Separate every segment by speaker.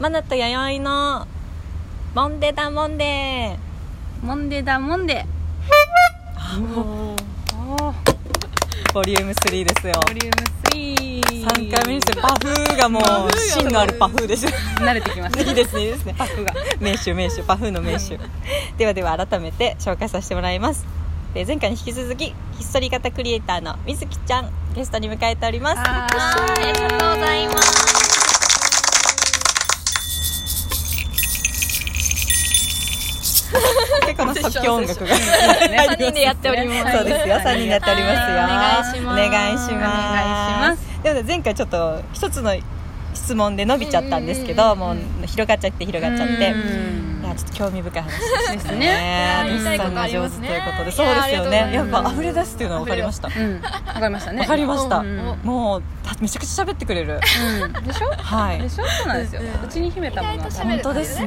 Speaker 1: マナと弥生のモンデだモンデ
Speaker 2: モンデだモンデ
Speaker 1: ボリューム3ですよ
Speaker 2: ボリューム3
Speaker 1: 3回目にしてパフーがも
Speaker 2: パフー
Speaker 1: う
Speaker 2: が
Speaker 1: 芯のあるパフーです
Speaker 2: 慣れてきました
Speaker 1: いいですねいいですね
Speaker 2: パフが
Speaker 1: 名手名手パフーの名手ではでは改めて紹介させてもらいますえー前回に引き続きひっそり型クリエイターのみずきちゃんゲストに迎えております
Speaker 2: は
Speaker 1: 拍手
Speaker 2: ーいありがとうございます
Speaker 1: でこの即興音楽が
Speaker 2: 3
Speaker 1: 人でやっておりますそうですよ三人でやっておりますよ
Speaker 2: お
Speaker 1: お
Speaker 2: 願いし
Speaker 1: 願い
Speaker 2: ま
Speaker 1: します
Speaker 2: すお願いします
Speaker 1: でもね前回ちょっと一つの質問で伸びちゃったんですけ
Speaker 2: うん
Speaker 1: ど
Speaker 2: うんうん
Speaker 1: も
Speaker 2: うん
Speaker 1: う広がっちゃって広がっちゃって
Speaker 2: うん
Speaker 1: いやちょっと興味深い話でした
Speaker 2: です
Speaker 1: ね
Speaker 2: ね
Speaker 3: いや
Speaker 1: デ
Speaker 3: 言いた
Speaker 1: ッサン
Speaker 3: いこと
Speaker 1: が
Speaker 3: あり
Speaker 1: 上
Speaker 3: ま
Speaker 1: 手
Speaker 3: す
Speaker 1: と
Speaker 3: ね
Speaker 1: いうことでそうですよね
Speaker 3: いや
Speaker 1: や
Speaker 3: あ
Speaker 1: っ
Speaker 3: りがとうございます
Speaker 1: ぱ溢れ出すっていうのは分かりました
Speaker 2: うんわかりましたね
Speaker 1: わかりました
Speaker 2: うんうん
Speaker 1: もうためちゃくちゃ喋ってくれる
Speaker 2: うんでしょ
Speaker 1: はい
Speaker 2: でしょそうなんですよ
Speaker 3: うん
Speaker 2: うちに秘めたものは多分
Speaker 1: 本当ですね
Speaker 2: う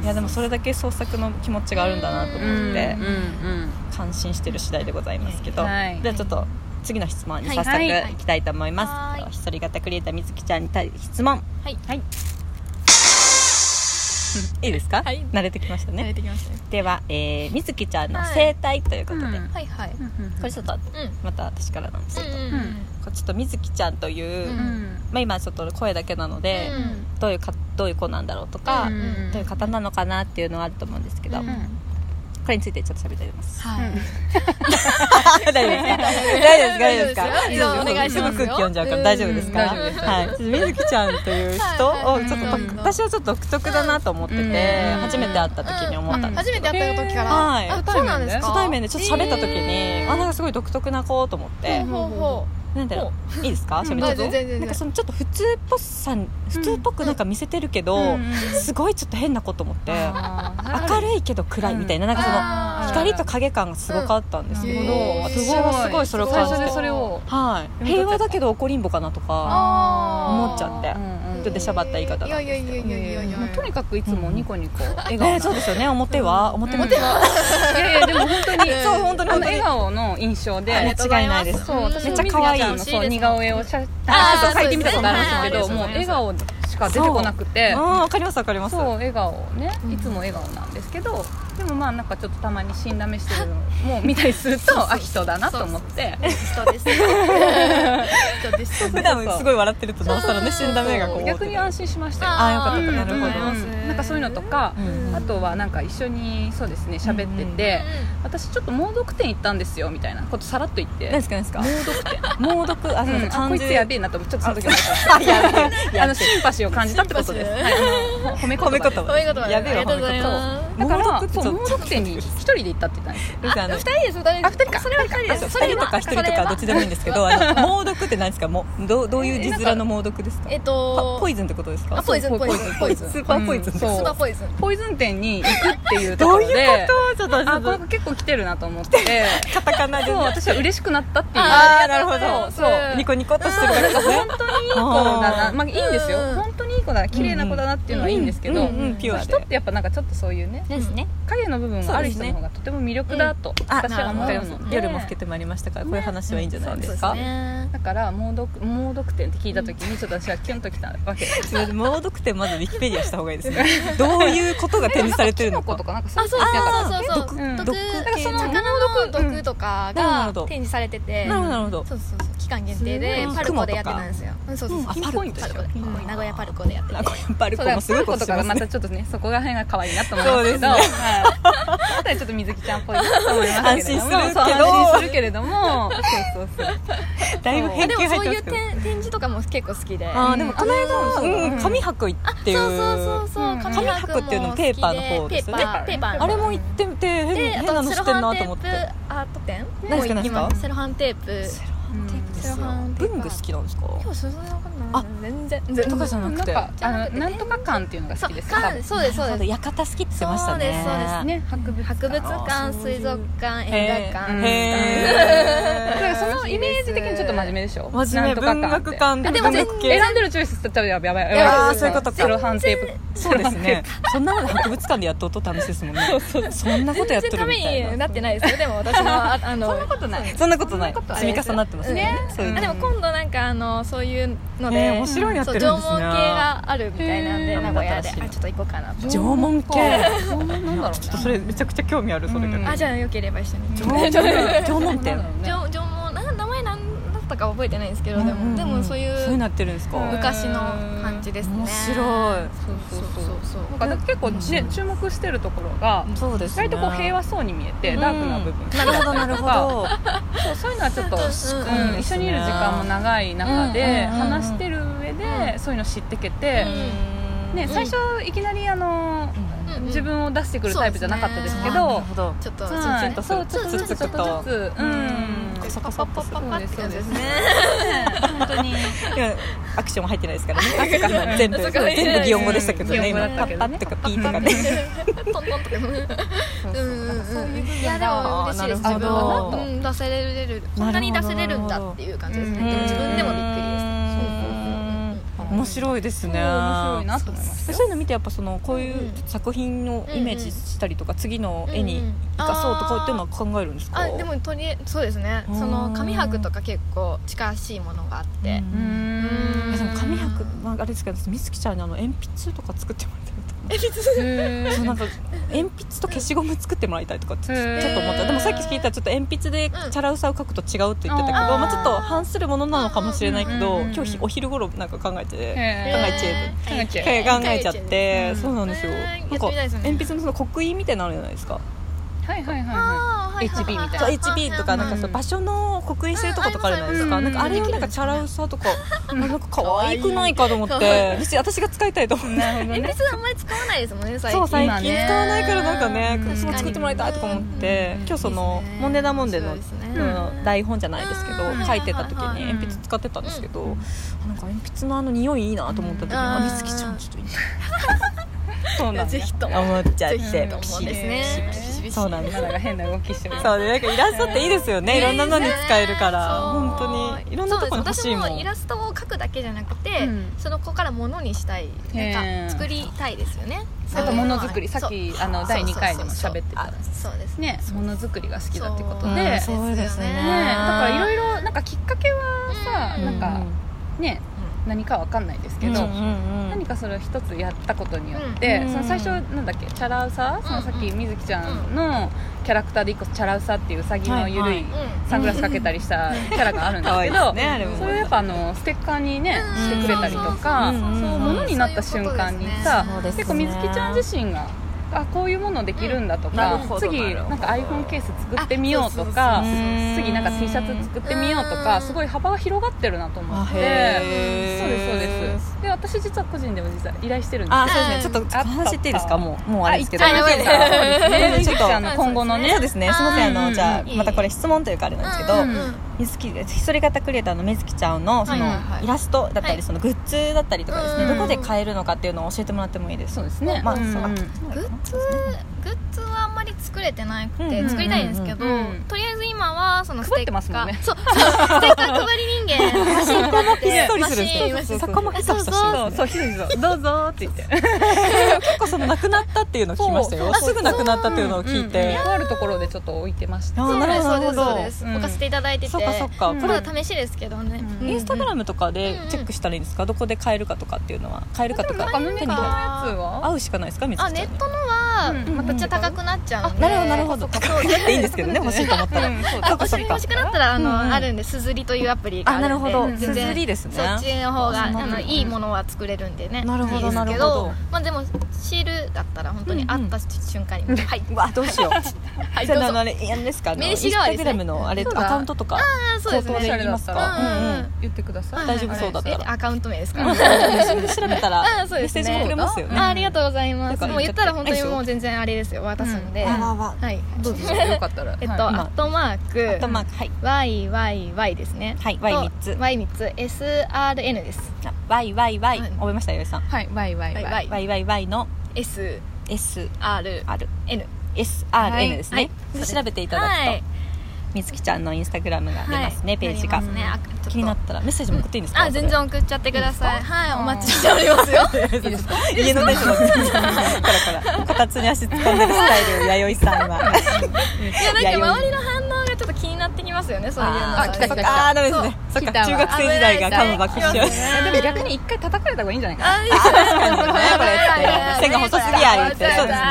Speaker 2: ん
Speaker 1: いやでもそれだけ創作の気持ちがあるんだなと
Speaker 2: う
Speaker 1: 思って
Speaker 2: んうん
Speaker 1: 感心してる次第でございますけど、
Speaker 2: はい
Speaker 1: ではちょっと次の質問に
Speaker 3: はい
Speaker 1: 早速
Speaker 2: はい
Speaker 1: いきたいと思いま
Speaker 3: は
Speaker 1: す、
Speaker 3: い
Speaker 1: ひっそり型クリエイターみずきちゃんに対質問
Speaker 3: はい
Speaker 1: はい、 いいですか、
Speaker 3: はい
Speaker 1: 慣れてきました
Speaker 3: 慣れ
Speaker 1: ね
Speaker 3: てきましたね
Speaker 1: では、えーみずきちゃんの生態ということで、
Speaker 2: はいうん
Speaker 3: はいは
Speaker 1: こ
Speaker 3: い
Speaker 1: れちょっと
Speaker 3: う
Speaker 1: また私からなんですけど、
Speaker 3: ん
Speaker 2: うん
Speaker 1: これちょっとみずきちゃんという、
Speaker 3: う
Speaker 2: うんん
Speaker 1: まあ、今ちょっと声だけなので、
Speaker 3: うん
Speaker 1: どういうかどういう子なんだろうとか、
Speaker 3: うん
Speaker 1: どういう方なのかなっていうのはあると思うんですけど、
Speaker 3: うん
Speaker 1: これについてちょっと喋ってみます
Speaker 3: は
Speaker 2: うん
Speaker 3: い
Speaker 1: 大丈夫ですか大丈夫ですか大丈夫ですか
Speaker 3: 大丈夫ですよいやお願いしますよ
Speaker 1: ぐ空気読んじゃうから大丈夫ですか、
Speaker 2: うん大丈夫です
Speaker 1: はい。ちょっとみずきちゃんという人
Speaker 3: は
Speaker 1: を
Speaker 3: い
Speaker 1: ちょっと
Speaker 2: うん
Speaker 1: 独私はちょっと独特だなと思ってて、
Speaker 2: うん
Speaker 1: 初めて会った時に思ったんです
Speaker 3: 初
Speaker 1: け
Speaker 3: め
Speaker 1: ど
Speaker 3: て会った時か
Speaker 1: はい
Speaker 3: らあそうなんですか
Speaker 1: 初対面でちょっと喋った時に、
Speaker 3: えー
Speaker 1: あなんかすごい独特な子と思って、
Speaker 3: ほうほうほ
Speaker 1: なんだろういいですかそれ
Speaker 3: う
Speaker 1: ちょっ
Speaker 3: あ
Speaker 1: と
Speaker 3: 全然全
Speaker 1: なんか
Speaker 3: 然
Speaker 1: そのちょっと普通っぽさん普通っぽくなんか見せてるけど、すごいちょっと変な子と思って明
Speaker 2: 明
Speaker 1: るいけど暗いみたいななんかその
Speaker 3: あー
Speaker 1: 光と影感がすごかったんですけど、
Speaker 3: うん
Speaker 1: 私はすごいそれを感じ
Speaker 2: 最
Speaker 1: て
Speaker 2: 初でそれを
Speaker 1: はい、平和だけど怒りんぼかなとか
Speaker 3: あー
Speaker 1: 思っちゃって
Speaker 2: うんうん
Speaker 1: ちょっと出しゃばった言い方
Speaker 3: い
Speaker 1: な
Speaker 3: や
Speaker 1: ん
Speaker 3: いやいやいやいやいや
Speaker 2: もうとにかくいつもニコニコ笑顔
Speaker 1: え
Speaker 2: な
Speaker 1: ー、そうですよね表は表向きは、
Speaker 2: いやいやでも本当に
Speaker 3: そう本当に
Speaker 2: あの笑顔の印象
Speaker 1: あ
Speaker 2: で
Speaker 1: りがとうございます
Speaker 2: そう
Speaker 3: うん
Speaker 2: 私
Speaker 1: めっ
Speaker 2: も
Speaker 1: ちゃ可愛い
Speaker 2: みずきちゃんのそう似顔絵をしゃ
Speaker 3: あー
Speaker 2: あーそう書いてみたことあるんですけども
Speaker 3: そううで
Speaker 2: 笑
Speaker 3: すね
Speaker 2: 顔しか出てこなくて
Speaker 1: うんわかりますわかります
Speaker 2: そう笑顔ね
Speaker 3: うん
Speaker 2: いつも笑顔なんですけどでもまあなんかちょっとたまに死んだ目してるのも見たりするとあ人だなと思って
Speaker 3: 人です人です
Speaker 1: 普段すごい笑ってるとなおさらね死んだ目がこう
Speaker 2: 逆に安心しましたよ
Speaker 1: あーよかったよかった
Speaker 2: うん
Speaker 1: なるほど
Speaker 2: うんなんかそういうのとか
Speaker 1: うん
Speaker 2: あとはなんか一緒にそうですね喋ってて私ちょっと盲読店行ったんですよみたいなことさらっと言って
Speaker 1: 何ですか何ですか猛毒 って猛毒あすいません
Speaker 2: うんあこ
Speaker 1: 漢
Speaker 2: い
Speaker 1: 字
Speaker 2: つやべえなと思ってちょっとその時思っ
Speaker 1: あ やべえ
Speaker 2: たあ
Speaker 1: や
Speaker 2: のシンパシーを感じたってことです、
Speaker 3: シン
Speaker 2: はい、あの
Speaker 3: パ
Speaker 2: 褒め言葉です
Speaker 1: 褒
Speaker 3: おめでとう
Speaker 1: やべえわ
Speaker 3: ありがとうございます
Speaker 1: め
Speaker 2: だ
Speaker 1: 言
Speaker 2: か
Speaker 1: 葉
Speaker 2: らそう盲読店に一人で行ったって言ったんですよ
Speaker 1: よくあの
Speaker 3: 二人です二人ですそれは二人ですそ
Speaker 1: 2
Speaker 3: れ
Speaker 1: 人と
Speaker 3: は
Speaker 1: か1人とかどっちでもいいんですけどあの猛毒って何ですかもうどうどういう字面の猛毒ですか
Speaker 3: えっ
Speaker 1: パ
Speaker 3: と
Speaker 1: ポイズンってことですか
Speaker 3: あポイズンポイズンポイズン
Speaker 1: スーパーポイズンです
Speaker 2: うん
Speaker 3: ス
Speaker 2: そ
Speaker 3: ーパーポイズン
Speaker 2: ポイズン店に行くっていうところで
Speaker 1: ちょっと
Speaker 2: あこの子結構来てるなと 思って
Speaker 1: カタカナ
Speaker 2: そう私は嬉しくなったっていう
Speaker 1: あー
Speaker 3: りがとうございます
Speaker 2: なるほどそう
Speaker 1: ニコニコっとしてるからね
Speaker 2: 本当にいい子だな
Speaker 1: あー
Speaker 2: まあいいんですよ
Speaker 3: うん
Speaker 2: 本当にいい子だな綺麗な子だなっていうのはいいんですけど、
Speaker 1: うんうんうんピュアで
Speaker 2: 人ってやっぱなんかちょっとそういうね
Speaker 1: ですね
Speaker 2: 影の部分がある人の方がとても魅力だと私は思ってるので
Speaker 1: 夜も更けてまいりましたからこういう話はいいんじゃないです
Speaker 3: そう
Speaker 1: か
Speaker 3: ですね
Speaker 2: だから盲読盲読点って聞いた時にちょっと私はキュンときたわけです
Speaker 1: ちょっと猛毒ってまずウィキペディアした方がいいですねどういうことが展示されてるの
Speaker 2: キノコ
Speaker 1: か
Speaker 2: とかなんか
Speaker 3: あ
Speaker 2: そ
Speaker 3: そう
Speaker 2: そ
Speaker 3: うそううそうそう
Speaker 1: 毒
Speaker 2: うん
Speaker 3: 毒
Speaker 1: 毒
Speaker 3: 系
Speaker 1: 系の
Speaker 3: 魚の毒とか
Speaker 1: なるほ
Speaker 3: が
Speaker 1: ど
Speaker 3: 展示されてて
Speaker 1: なるほどなるほど
Speaker 3: そうそうそう期間限定で
Speaker 1: うん
Speaker 3: パルコでやってたんですようんそうそうそう
Speaker 1: あパルコでしょ
Speaker 3: パルコでうん名古屋パルコでやって
Speaker 1: な
Speaker 3: て
Speaker 1: んかやっぱり
Speaker 2: そ
Speaker 1: こ
Speaker 2: うだ
Speaker 1: も
Speaker 2: か
Speaker 1: す
Speaker 2: ら
Speaker 1: ごい
Speaker 2: パル
Speaker 1: こ
Speaker 2: コ
Speaker 1: と
Speaker 2: と
Speaker 1: して
Speaker 2: かが
Speaker 1: ま
Speaker 2: ます
Speaker 1: ね
Speaker 2: たちょっとねそこら辺が可愛いなと思うんですけど
Speaker 1: そうで
Speaker 2: はいだからちょっと水木ちゃんっぽいなと思いますけれど
Speaker 1: 安
Speaker 2: も
Speaker 1: 心するけど
Speaker 2: そう安心するけれどもそうそうそう
Speaker 1: だいぶ
Speaker 3: あ
Speaker 1: 偏
Speaker 3: でも
Speaker 1: 見入っ
Speaker 3: そう
Speaker 1: てま
Speaker 3: いう
Speaker 1: すけど
Speaker 3: 展展示とかも結構好きで
Speaker 1: あーでもこの間
Speaker 2: あー
Speaker 1: うん紙博行ってい
Speaker 3: そうそうそう
Speaker 1: う
Speaker 3: そう
Speaker 2: うん
Speaker 3: 紙
Speaker 1: 紙
Speaker 3: 箔
Speaker 1: 箔っていうの
Speaker 3: も
Speaker 1: も
Speaker 3: 好き
Speaker 1: ペーパーの方ですよね
Speaker 3: ペーパーペーパーの
Speaker 1: あれも行ってみて変
Speaker 3: であ
Speaker 1: 変
Speaker 3: と
Speaker 1: なの
Speaker 3: セ
Speaker 1: 知
Speaker 3: ロ
Speaker 1: ってん
Speaker 3: ハ
Speaker 1: なと思
Speaker 3: ンテー
Speaker 1: って
Speaker 3: プアート展
Speaker 1: 何ですか何ですか
Speaker 3: 今セロハンテープ
Speaker 1: セロハンテープですよ
Speaker 3: セロハンテープ
Speaker 1: 文具好きなんですか
Speaker 3: 今日それわかんない
Speaker 1: あ
Speaker 3: 全然
Speaker 1: とかじゃなくて
Speaker 2: なんかあのなんとか感っていうのが好きです
Speaker 3: そうかそうですそうです
Speaker 1: 館好きって言ってましたね
Speaker 3: そうですそうです
Speaker 2: ね博物
Speaker 3: 博物
Speaker 1: あー
Speaker 3: 館
Speaker 1: そういう
Speaker 3: 水族館映画
Speaker 2: うん
Speaker 3: 館
Speaker 2: だ
Speaker 1: へ
Speaker 2: から
Speaker 1: ー
Speaker 2: そのイメージ的にちょっと真面目でしょ
Speaker 1: 真面目
Speaker 2: なん
Speaker 1: 文
Speaker 2: とか感っ
Speaker 1: 学館
Speaker 2: て
Speaker 3: あでも
Speaker 1: 文学系
Speaker 2: 選んでるチョイスって多分やばいやばいやば
Speaker 3: あー
Speaker 2: ん
Speaker 3: そういうことか
Speaker 2: セロハンテープ
Speaker 1: そうですねそんなもの博物館でやっとった試しですもんねそんなことやっ
Speaker 3: 全
Speaker 1: とる
Speaker 3: 然ため
Speaker 1: みたい
Speaker 3: に
Speaker 1: な
Speaker 3: なってないですよでも私のああの
Speaker 2: そんなことない
Speaker 1: そんなことない
Speaker 2: そんなことない
Speaker 1: 積み重なってます
Speaker 3: ね
Speaker 1: ねそういうの
Speaker 2: うん
Speaker 3: あでも今度なんかあのそういうので、
Speaker 1: えー面白いのやって
Speaker 3: そう
Speaker 1: るんで
Speaker 3: 縄
Speaker 1: す
Speaker 3: 文系
Speaker 1: ね
Speaker 3: があるみたいなん
Speaker 2: へ
Speaker 3: で
Speaker 2: ー
Speaker 3: 名古屋で
Speaker 1: 新しいの
Speaker 3: あちょっと行こうかなと
Speaker 1: 縄文系
Speaker 2: 縄文なんだろ
Speaker 1: ちょっと
Speaker 2: う
Speaker 1: それめちゃくちゃ興味あるそれ
Speaker 2: うん
Speaker 1: が
Speaker 3: あじゃあよければ一緒に
Speaker 1: 縄文縄文
Speaker 2: な
Speaker 1: 店
Speaker 2: 縄文
Speaker 3: 縄縄文な名前なんだったか覚えてないんですけど、
Speaker 1: うん
Speaker 3: で
Speaker 1: うんう
Speaker 3: も
Speaker 1: ん
Speaker 3: でもそうい
Speaker 1: そういう
Speaker 3: う
Speaker 1: なってるんですか
Speaker 2: うん
Speaker 3: 昔の感じですね
Speaker 1: 面白
Speaker 2: そうそうそう
Speaker 3: そ う
Speaker 2: なんかだから結構じ注目してるところが
Speaker 1: いそうですね
Speaker 2: 意外とこう平和そうに見えて
Speaker 1: うん
Speaker 2: ダークな部分
Speaker 1: なるほどなるほど
Speaker 2: そうそういうのはちょっと、
Speaker 3: そう
Speaker 1: そう
Speaker 2: うん、一緒にいる時間も長い中
Speaker 1: うんうん
Speaker 2: で
Speaker 1: うんうん
Speaker 2: 話してる上でそういうの知ってけて、ね、最初いきなりあの
Speaker 3: うんうん
Speaker 2: 自分を出してくるタイプじゃなかったですけ
Speaker 1: な
Speaker 2: ど
Speaker 1: るほど
Speaker 3: ちょっと
Speaker 2: は
Speaker 1: ちょ
Speaker 2: い
Speaker 1: っ
Speaker 2: そう
Speaker 1: と
Speaker 2: ちょっと
Speaker 1: ず
Speaker 2: ず
Speaker 1: つ
Speaker 2: つちょっとずつう
Speaker 1: うん
Speaker 2: ん
Speaker 1: そ
Speaker 3: パパパパパって感じですね
Speaker 2: 本当に
Speaker 1: いやアクションも入ってないですからねあそっか全部
Speaker 3: あそっか
Speaker 1: 全部擬音語でしたけどね
Speaker 2: 擬音語
Speaker 1: 今
Speaker 2: だっ
Speaker 1: パ
Speaker 2: たけ
Speaker 1: ッ
Speaker 2: どね
Speaker 1: パッとかピーとかね
Speaker 3: トントンとか
Speaker 1: そう
Speaker 3: う
Speaker 1: そうん
Speaker 3: うん
Speaker 2: そういう部分が
Speaker 3: いやでも嬉しいです
Speaker 1: なるほ
Speaker 3: 自分
Speaker 1: ど
Speaker 3: は、うん、出せれるこんなに出せれるん
Speaker 1: なる
Speaker 3: だ
Speaker 1: ほど
Speaker 3: っていう感じですね
Speaker 2: うん
Speaker 3: でも自分でもびっくりです
Speaker 1: うん面白いですね
Speaker 2: そう面白いなと思いました
Speaker 1: で
Speaker 2: よ
Speaker 1: そういうの見てやっぱそのこういう作品をイメージしたりとか次の絵に生かそうとかっていうのは考えるんですか
Speaker 3: あでもとりあえずそうですね
Speaker 1: うん
Speaker 3: その紙箔とか結構近しいものがあっ
Speaker 1: う
Speaker 3: て、
Speaker 1: んえでも紙箔まああれですけど私美月ちゃんにあの鉛筆とか作ってもらいたいとか そうなんか鉛筆と消しゴム作ってもらいたいとかってちょっ
Speaker 2: へー
Speaker 1: と思ったでもさっき聞いたらちょっと鉛筆でチャラウさを書くと違うって言ってたけど、
Speaker 3: あー
Speaker 1: まあ、ちょっと反するものなのかもしれないけど、
Speaker 2: うんうんうん
Speaker 1: 今日ひお昼頃なんか考えて、
Speaker 2: へ
Speaker 1: 考えち
Speaker 2: ゃう考えちゃう
Speaker 1: え考えちゃって、
Speaker 2: うん
Speaker 1: そうなんですよ、
Speaker 3: うん
Speaker 1: なんか
Speaker 3: やってみたいですね
Speaker 1: 鉛筆のその刻印みたいなのあるじゃないですか
Speaker 2: はいはいはいは
Speaker 3: あーはいはい
Speaker 2: HB
Speaker 3: はい
Speaker 2: みたい
Speaker 1: そ
Speaker 2: な
Speaker 1: う HB とかなんかそう
Speaker 2: うん
Speaker 1: 場所の刻印してるとことかあるじゃないですか,、
Speaker 3: うん
Speaker 1: なんかあれをなんかチャラウさとか、なんか可愛くないかと思って別に私が使いたいと思って
Speaker 2: い。なるほど
Speaker 3: 鉛
Speaker 2: ね。
Speaker 3: 筆あんまり使わないですもんね最近
Speaker 1: そう最
Speaker 2: 今
Speaker 1: 近
Speaker 2: ね
Speaker 1: 使わないからなんかね
Speaker 2: うん
Speaker 1: その作ってもらいたいとか思って
Speaker 2: うん
Speaker 1: 今日その「モンデナモンデ」の
Speaker 3: 面白いですね
Speaker 1: その台本じゃないですけど
Speaker 3: うん
Speaker 1: 書いてた時
Speaker 3: はいはい
Speaker 1: に
Speaker 2: はい
Speaker 1: 鉛筆使ってたんですけど
Speaker 2: うん
Speaker 1: なんか鉛筆のあの匂いいいなと思った時に「
Speaker 3: うん
Speaker 1: あ美月ちゃんちょっといいな」そうなんだ
Speaker 3: ぜひとも
Speaker 1: 思っちゃっ
Speaker 3: ぜひ
Speaker 1: て
Speaker 3: とも
Speaker 1: ピシ
Speaker 3: です
Speaker 1: ッ
Speaker 3: ねビシビシ
Speaker 1: そうなんです
Speaker 2: なんか変な動きしてる。
Speaker 1: そうでなんかイラストっていいですよねいろんなのに使えるから
Speaker 3: そう
Speaker 1: 本当にいろんなとこに欲しいも
Speaker 3: そうです私もイ
Speaker 1: ん
Speaker 3: ラストを描くだけじゃなくて、
Speaker 2: うん
Speaker 3: その子からものにしたい
Speaker 2: へ
Speaker 3: な
Speaker 2: ー
Speaker 3: んか作りたいですよね
Speaker 2: あとものづくり、さっきあの第二回でも喋っててた。
Speaker 3: そうですね
Speaker 2: ね、ものづくりが好きだってこと
Speaker 1: うん
Speaker 2: で。ね、
Speaker 1: そうですね
Speaker 2: だからいろいろなんかきっかけはさ、
Speaker 3: うん
Speaker 2: なんかね、何かわかんないですけど。
Speaker 1: うんうんうん
Speaker 2: 何かそれを一つやったことによって、
Speaker 1: うん
Speaker 2: その最初なんだっけチャラウサ、そのさっきみずきちゃんのキャラクターで一個チャラウサっていううさぎのゆるいサングラスかけたりしたキャラがあるんで
Speaker 1: 可
Speaker 2: す
Speaker 1: 愛
Speaker 2: け
Speaker 1: い
Speaker 2: ど、
Speaker 1: ですねあれも
Speaker 2: それをやっぱあのステッカーにね
Speaker 3: うん
Speaker 2: してくれたりとか、
Speaker 1: うん
Speaker 2: そうものになった瞬間にさ、
Speaker 1: そうですね
Speaker 2: 結構みずきちゃん自身があこういうものできるんだと
Speaker 1: うんなる
Speaker 2: か、
Speaker 1: ほど
Speaker 2: 次
Speaker 1: なる
Speaker 2: な
Speaker 1: ほ
Speaker 2: ん
Speaker 1: ど
Speaker 2: か iPhone ケース作ってみようとか
Speaker 1: あそうそうそうそう
Speaker 2: 次なんか T シャツ作ってみようと
Speaker 3: うん
Speaker 2: かすごい幅が広がってるなと思
Speaker 1: あ
Speaker 2: って。
Speaker 1: へー
Speaker 2: そうですそうですで私実は個人でも実は依頼してるんです
Speaker 1: あ、
Speaker 2: よ
Speaker 1: そうですね。ちょっと話っていいですか？もうもうあれですけど。
Speaker 3: あやばいです
Speaker 2: ねみず
Speaker 1: ちょ
Speaker 2: き
Speaker 1: っ
Speaker 2: ち
Speaker 1: と
Speaker 2: ゃんの今後のね
Speaker 1: そうですね。すみませんあ
Speaker 2: う
Speaker 1: の
Speaker 2: ん
Speaker 1: じゃあ
Speaker 3: いい
Speaker 1: またこれ質問というかあれなんですけど
Speaker 2: うん、
Speaker 1: みずきひそり型クリエイターのみずきちゃんのその
Speaker 2: はいはい
Speaker 3: はい
Speaker 1: イラストだった
Speaker 3: は
Speaker 1: り
Speaker 3: い
Speaker 1: そのグッズだったりとかですね。
Speaker 3: うん
Speaker 1: どこで買えるのかっていうのを教えてもらってもいいです
Speaker 2: そう
Speaker 1: か。
Speaker 2: ですね。
Speaker 1: まあ
Speaker 2: う
Speaker 1: そ
Speaker 2: ん
Speaker 1: うあ
Speaker 2: うん
Speaker 3: グッズグッズはあんまり作れてなく
Speaker 1: うん
Speaker 3: て作りたいんですけど、
Speaker 2: うん
Speaker 3: とりあえず今はそのス
Speaker 2: 配っ
Speaker 3: テ
Speaker 2: て
Speaker 3: ッ
Speaker 2: ますも
Speaker 3: カ
Speaker 2: ん
Speaker 3: ー、
Speaker 2: ね
Speaker 3: そうそうステッカー配り人間マシンも
Speaker 1: ひっ そりするん
Speaker 3: マ
Speaker 1: です
Speaker 3: シ
Speaker 1: よ。
Speaker 3: ン
Speaker 1: そこもひそひそしてるん
Speaker 2: そう
Speaker 1: です
Speaker 2: そ
Speaker 1: ね
Speaker 2: うひどいひどいどうぞって言って。
Speaker 1: 結構そのなくなったっていうのを聞きましたよ。
Speaker 2: そう
Speaker 1: すぐなくなったっていうのを聞い
Speaker 2: うんうん
Speaker 1: て。
Speaker 2: とあるところでちょっと置いてました。
Speaker 1: あ
Speaker 3: そう
Speaker 1: なるほど
Speaker 3: で
Speaker 1: なるほ
Speaker 3: す
Speaker 1: ど
Speaker 3: そうです、
Speaker 2: うん
Speaker 3: 置かせていただいてて
Speaker 1: そっかそっか。
Speaker 2: うん
Speaker 1: こ
Speaker 3: こ
Speaker 1: れ
Speaker 3: れは試しですけどね、
Speaker 2: うん
Speaker 1: インスタグラ
Speaker 3: ム
Speaker 1: ムとかでチェックしたらいいんですか。どこで買えるかとかっていうのは買えるかとか
Speaker 2: 他の
Speaker 1: 手に
Speaker 2: ね買のや
Speaker 1: 入る
Speaker 2: つは
Speaker 1: 合うしかないですかみずきち
Speaker 3: あ
Speaker 1: ゃんには
Speaker 3: ネッ。トのは
Speaker 2: うん
Speaker 3: またちゃ高くなっちゃうんで、
Speaker 1: なるほどなるほど高くなっていいんですけどね欲しいと思ったら、
Speaker 2: うんそう
Speaker 1: そっか
Speaker 3: 欲し
Speaker 1: そっか
Speaker 3: 欲しくなったらあの、
Speaker 1: うんうん
Speaker 3: あるんでスズリというアプリが
Speaker 1: あ
Speaker 3: あ
Speaker 1: な
Speaker 3: る
Speaker 1: る
Speaker 3: ん
Speaker 1: ほ
Speaker 3: で
Speaker 1: ど
Speaker 2: うん
Speaker 1: す
Speaker 3: 全然
Speaker 1: ずりですね
Speaker 3: そっちの方が
Speaker 1: あ
Speaker 3: あ
Speaker 1: そうなんだ
Speaker 3: のいいものは作れるんでね
Speaker 1: なるほど
Speaker 3: いいです
Speaker 1: な
Speaker 3: け
Speaker 1: るほど
Speaker 3: まあ、でもシールだったら本当に会った瞬間に、はい、
Speaker 1: うわどうしよう
Speaker 3: はい、
Speaker 1: じ
Speaker 3: ど う
Speaker 1: ゃあ
Speaker 3: ぞ
Speaker 1: あのあれやんですかあの
Speaker 3: 名
Speaker 1: イン
Speaker 3: 刺
Speaker 1: ス
Speaker 3: 代わ
Speaker 1: タ
Speaker 3: り
Speaker 1: グ
Speaker 3: です
Speaker 1: ラ
Speaker 3: ね
Speaker 1: ムのあれ
Speaker 2: そうだ
Speaker 1: アカウントとか
Speaker 3: あそうです
Speaker 1: 口頭
Speaker 3: ね
Speaker 1: で言いますか
Speaker 3: うんうん
Speaker 1: うんうん
Speaker 2: 言ってください。
Speaker 1: 大丈夫そうだっ
Speaker 2: った
Speaker 1: ら
Speaker 3: えアカウント名ですか、
Speaker 2: うん
Speaker 1: 自分で調べたら
Speaker 3: あそ
Speaker 1: メ
Speaker 3: う
Speaker 1: ッ
Speaker 3: です
Speaker 1: セ
Speaker 3: ね
Speaker 1: ージもくれますよね
Speaker 3: あありがとうございま
Speaker 1: だか
Speaker 3: す
Speaker 1: ら
Speaker 3: もう言ったら本当にもう全然あれですよ渡すので、
Speaker 2: うん
Speaker 1: わわわ
Speaker 3: はい
Speaker 2: どうぞよかったら。
Speaker 3: えっと、
Speaker 2: はい
Speaker 1: 今
Speaker 3: アットマー
Speaker 1: アット
Speaker 3: ク
Speaker 1: マークはい
Speaker 3: YYY ですね
Speaker 1: はい Y3 つ
Speaker 3: Y3 つ SRN です
Speaker 1: あ YYY
Speaker 3: い
Speaker 1: 覚えましたよいさん
Speaker 2: はいワイワイワイ。
Speaker 3: はい
Speaker 1: YYY の
Speaker 3: SRN
Speaker 1: SRN です
Speaker 2: はい
Speaker 1: ね
Speaker 3: はい
Speaker 1: で調べていただ
Speaker 3: は
Speaker 1: く
Speaker 3: い
Speaker 1: とみずきちゃんのインスタグラムが出ますね
Speaker 3: はい
Speaker 1: ページ
Speaker 3: あ
Speaker 1: が
Speaker 3: りますねあちょっと
Speaker 1: 気になったらメッセージも送っていいんですか
Speaker 3: あ全然送っちゃってくださいはいお待ちしており ますよ
Speaker 1: 家の電車のカラカラこたつに足突っ込んでるスタイル弥生さんは
Speaker 3: いやなんか周
Speaker 1: 弥
Speaker 3: りの反応がちょっと気気になってきますよねそういうの
Speaker 2: あー来た来た来た
Speaker 1: ああーダメですねそ
Speaker 2: そ
Speaker 1: っか
Speaker 2: っか
Speaker 1: 中学生時代がカムバックしちゃう
Speaker 3: 危
Speaker 2: えでも逆に一回叩かれた方がいいんじゃないかな
Speaker 3: あー確
Speaker 1: にねこれって線が細すぎや言ってそうですね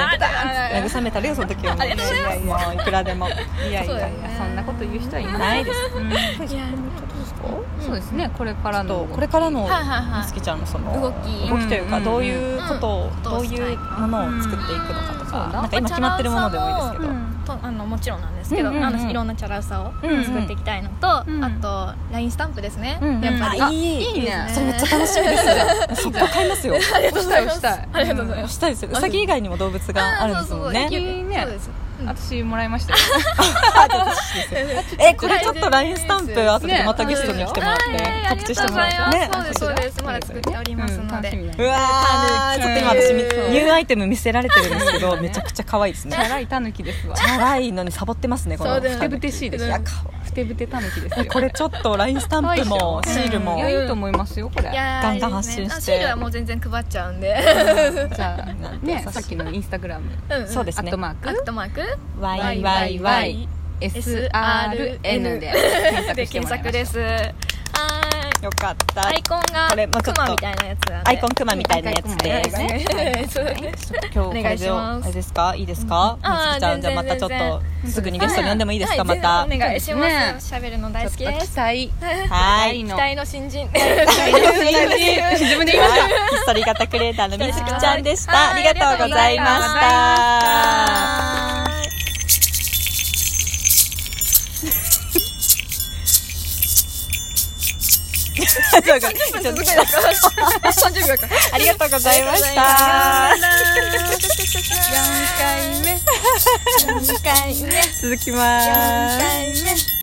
Speaker 1: 慰めたらよその時はもう
Speaker 3: りがとうございます
Speaker 1: もういくらでも
Speaker 2: いやいやい
Speaker 3: そうだ
Speaker 2: や
Speaker 3: ね
Speaker 2: そんなこと言う人はいない
Speaker 1: ないです
Speaker 2: うん
Speaker 3: いや
Speaker 2: そうですねこれから
Speaker 1: あと
Speaker 2: の
Speaker 1: これからの
Speaker 3: はいはい
Speaker 1: み
Speaker 3: は
Speaker 1: つきちゃんのその
Speaker 3: い動き
Speaker 1: 動きというか
Speaker 2: うん
Speaker 1: どういうことを
Speaker 3: うん
Speaker 1: どういうものを作っていくのかとか
Speaker 2: うん
Speaker 1: なんか今決まってるものでもいいですけ
Speaker 2: う
Speaker 1: ど
Speaker 2: ん
Speaker 3: とあのもちろんなんですけど、
Speaker 1: うんうんうん
Speaker 3: あのいろんなチャラさを
Speaker 2: うんうん
Speaker 3: 作っていきたいのと、
Speaker 2: うん
Speaker 3: あとラインスタンプですね、
Speaker 1: うんうん
Speaker 3: やっぱり、
Speaker 1: あいい
Speaker 2: いいね
Speaker 1: それめっちゃ楽しみ ですそこ買いますよ
Speaker 3: ありがとうございま
Speaker 2: 押
Speaker 3: す
Speaker 2: したい押したい
Speaker 3: ありがとうございま す、
Speaker 1: したいですようさぎ以外にも動物があるんですもん
Speaker 3: あーそうそうそう
Speaker 1: ね
Speaker 2: いいね
Speaker 3: そうです
Speaker 2: 私もらいましたよ
Speaker 1: えこれちょっと LINE スタンプ後でまたゲストに来てもらっ
Speaker 3: あーいやい
Speaker 1: て
Speaker 3: やあり
Speaker 1: 告
Speaker 3: が
Speaker 1: 知し
Speaker 3: とう
Speaker 1: て
Speaker 3: ご
Speaker 1: もらっ
Speaker 3: ざい
Speaker 1: て
Speaker 3: ま
Speaker 1: ね
Speaker 3: す、そうですそうですまだ作っておりますので、
Speaker 2: うん楽しみだ
Speaker 1: う
Speaker 2: ね
Speaker 1: わーちょっと今私ニ
Speaker 3: うん
Speaker 1: ューアイテム見せられてるんですけどめちゃくちゃ可愛いです
Speaker 2: チ
Speaker 1: ね
Speaker 2: ャラいタヌキですわ
Speaker 1: チャラいのにサボってますねこの
Speaker 3: そうだよ
Speaker 2: ふてぶてしいです
Speaker 1: い
Speaker 2: よ
Speaker 1: や可
Speaker 2: ふてぶてタヌキですよ
Speaker 1: これちょっと LINE スタンプもシールも
Speaker 2: いやいいと思いますよこれ
Speaker 3: い
Speaker 2: じゃ
Speaker 3: やー
Speaker 1: ガンガン発信して
Speaker 3: いいですねあシールはもう全然配っちゃう んで、
Speaker 2: あねさっきのインスタグラム
Speaker 3: うん
Speaker 1: そうです
Speaker 2: ア
Speaker 1: ね
Speaker 2: ットマー
Speaker 3: ア
Speaker 2: ク
Speaker 3: ットマーク
Speaker 1: ワイワイワイ
Speaker 2: YYYSRN で検索してもらいました
Speaker 3: で検索ですはーい
Speaker 1: よかった
Speaker 3: アイコンが
Speaker 1: これもうちょ
Speaker 3: ク
Speaker 1: っと
Speaker 3: マみたいなやつなんで
Speaker 1: アイコンクマみたいなやつ
Speaker 2: アイ
Speaker 1: で
Speaker 2: コンクマみたいなやつね
Speaker 3: そう
Speaker 1: 今日こ
Speaker 3: お
Speaker 1: れ
Speaker 3: 願い
Speaker 1: で
Speaker 3: し
Speaker 1: あ
Speaker 3: ます
Speaker 1: れですかいいですか
Speaker 3: うんあ
Speaker 1: みつ
Speaker 3: ー
Speaker 1: きちゃんじ
Speaker 3: 全然
Speaker 1: ゃあまたちょっ
Speaker 3: 全
Speaker 1: とすぐにゲストに呼んでもいいですかまた
Speaker 3: はいお願いします
Speaker 2: ね
Speaker 3: 喋、るの大好きで
Speaker 2: ちょっと
Speaker 3: す
Speaker 2: 期待
Speaker 1: は
Speaker 2: 期
Speaker 1: い
Speaker 2: 待
Speaker 3: 期
Speaker 2: の
Speaker 3: 待の新人
Speaker 2: 自分で言いました
Speaker 1: ヒストリー型クリエイ ターのみずきちゃんでし
Speaker 3: は
Speaker 1: たあり
Speaker 3: い
Speaker 1: がとうございました
Speaker 3: はーい
Speaker 1: そうかちょっと
Speaker 2: 30秒か
Speaker 1: ありがとうございまし
Speaker 3: あ
Speaker 1: た
Speaker 3: りがとうございます
Speaker 2: 4回目
Speaker 1: 続きます
Speaker 3: 4回目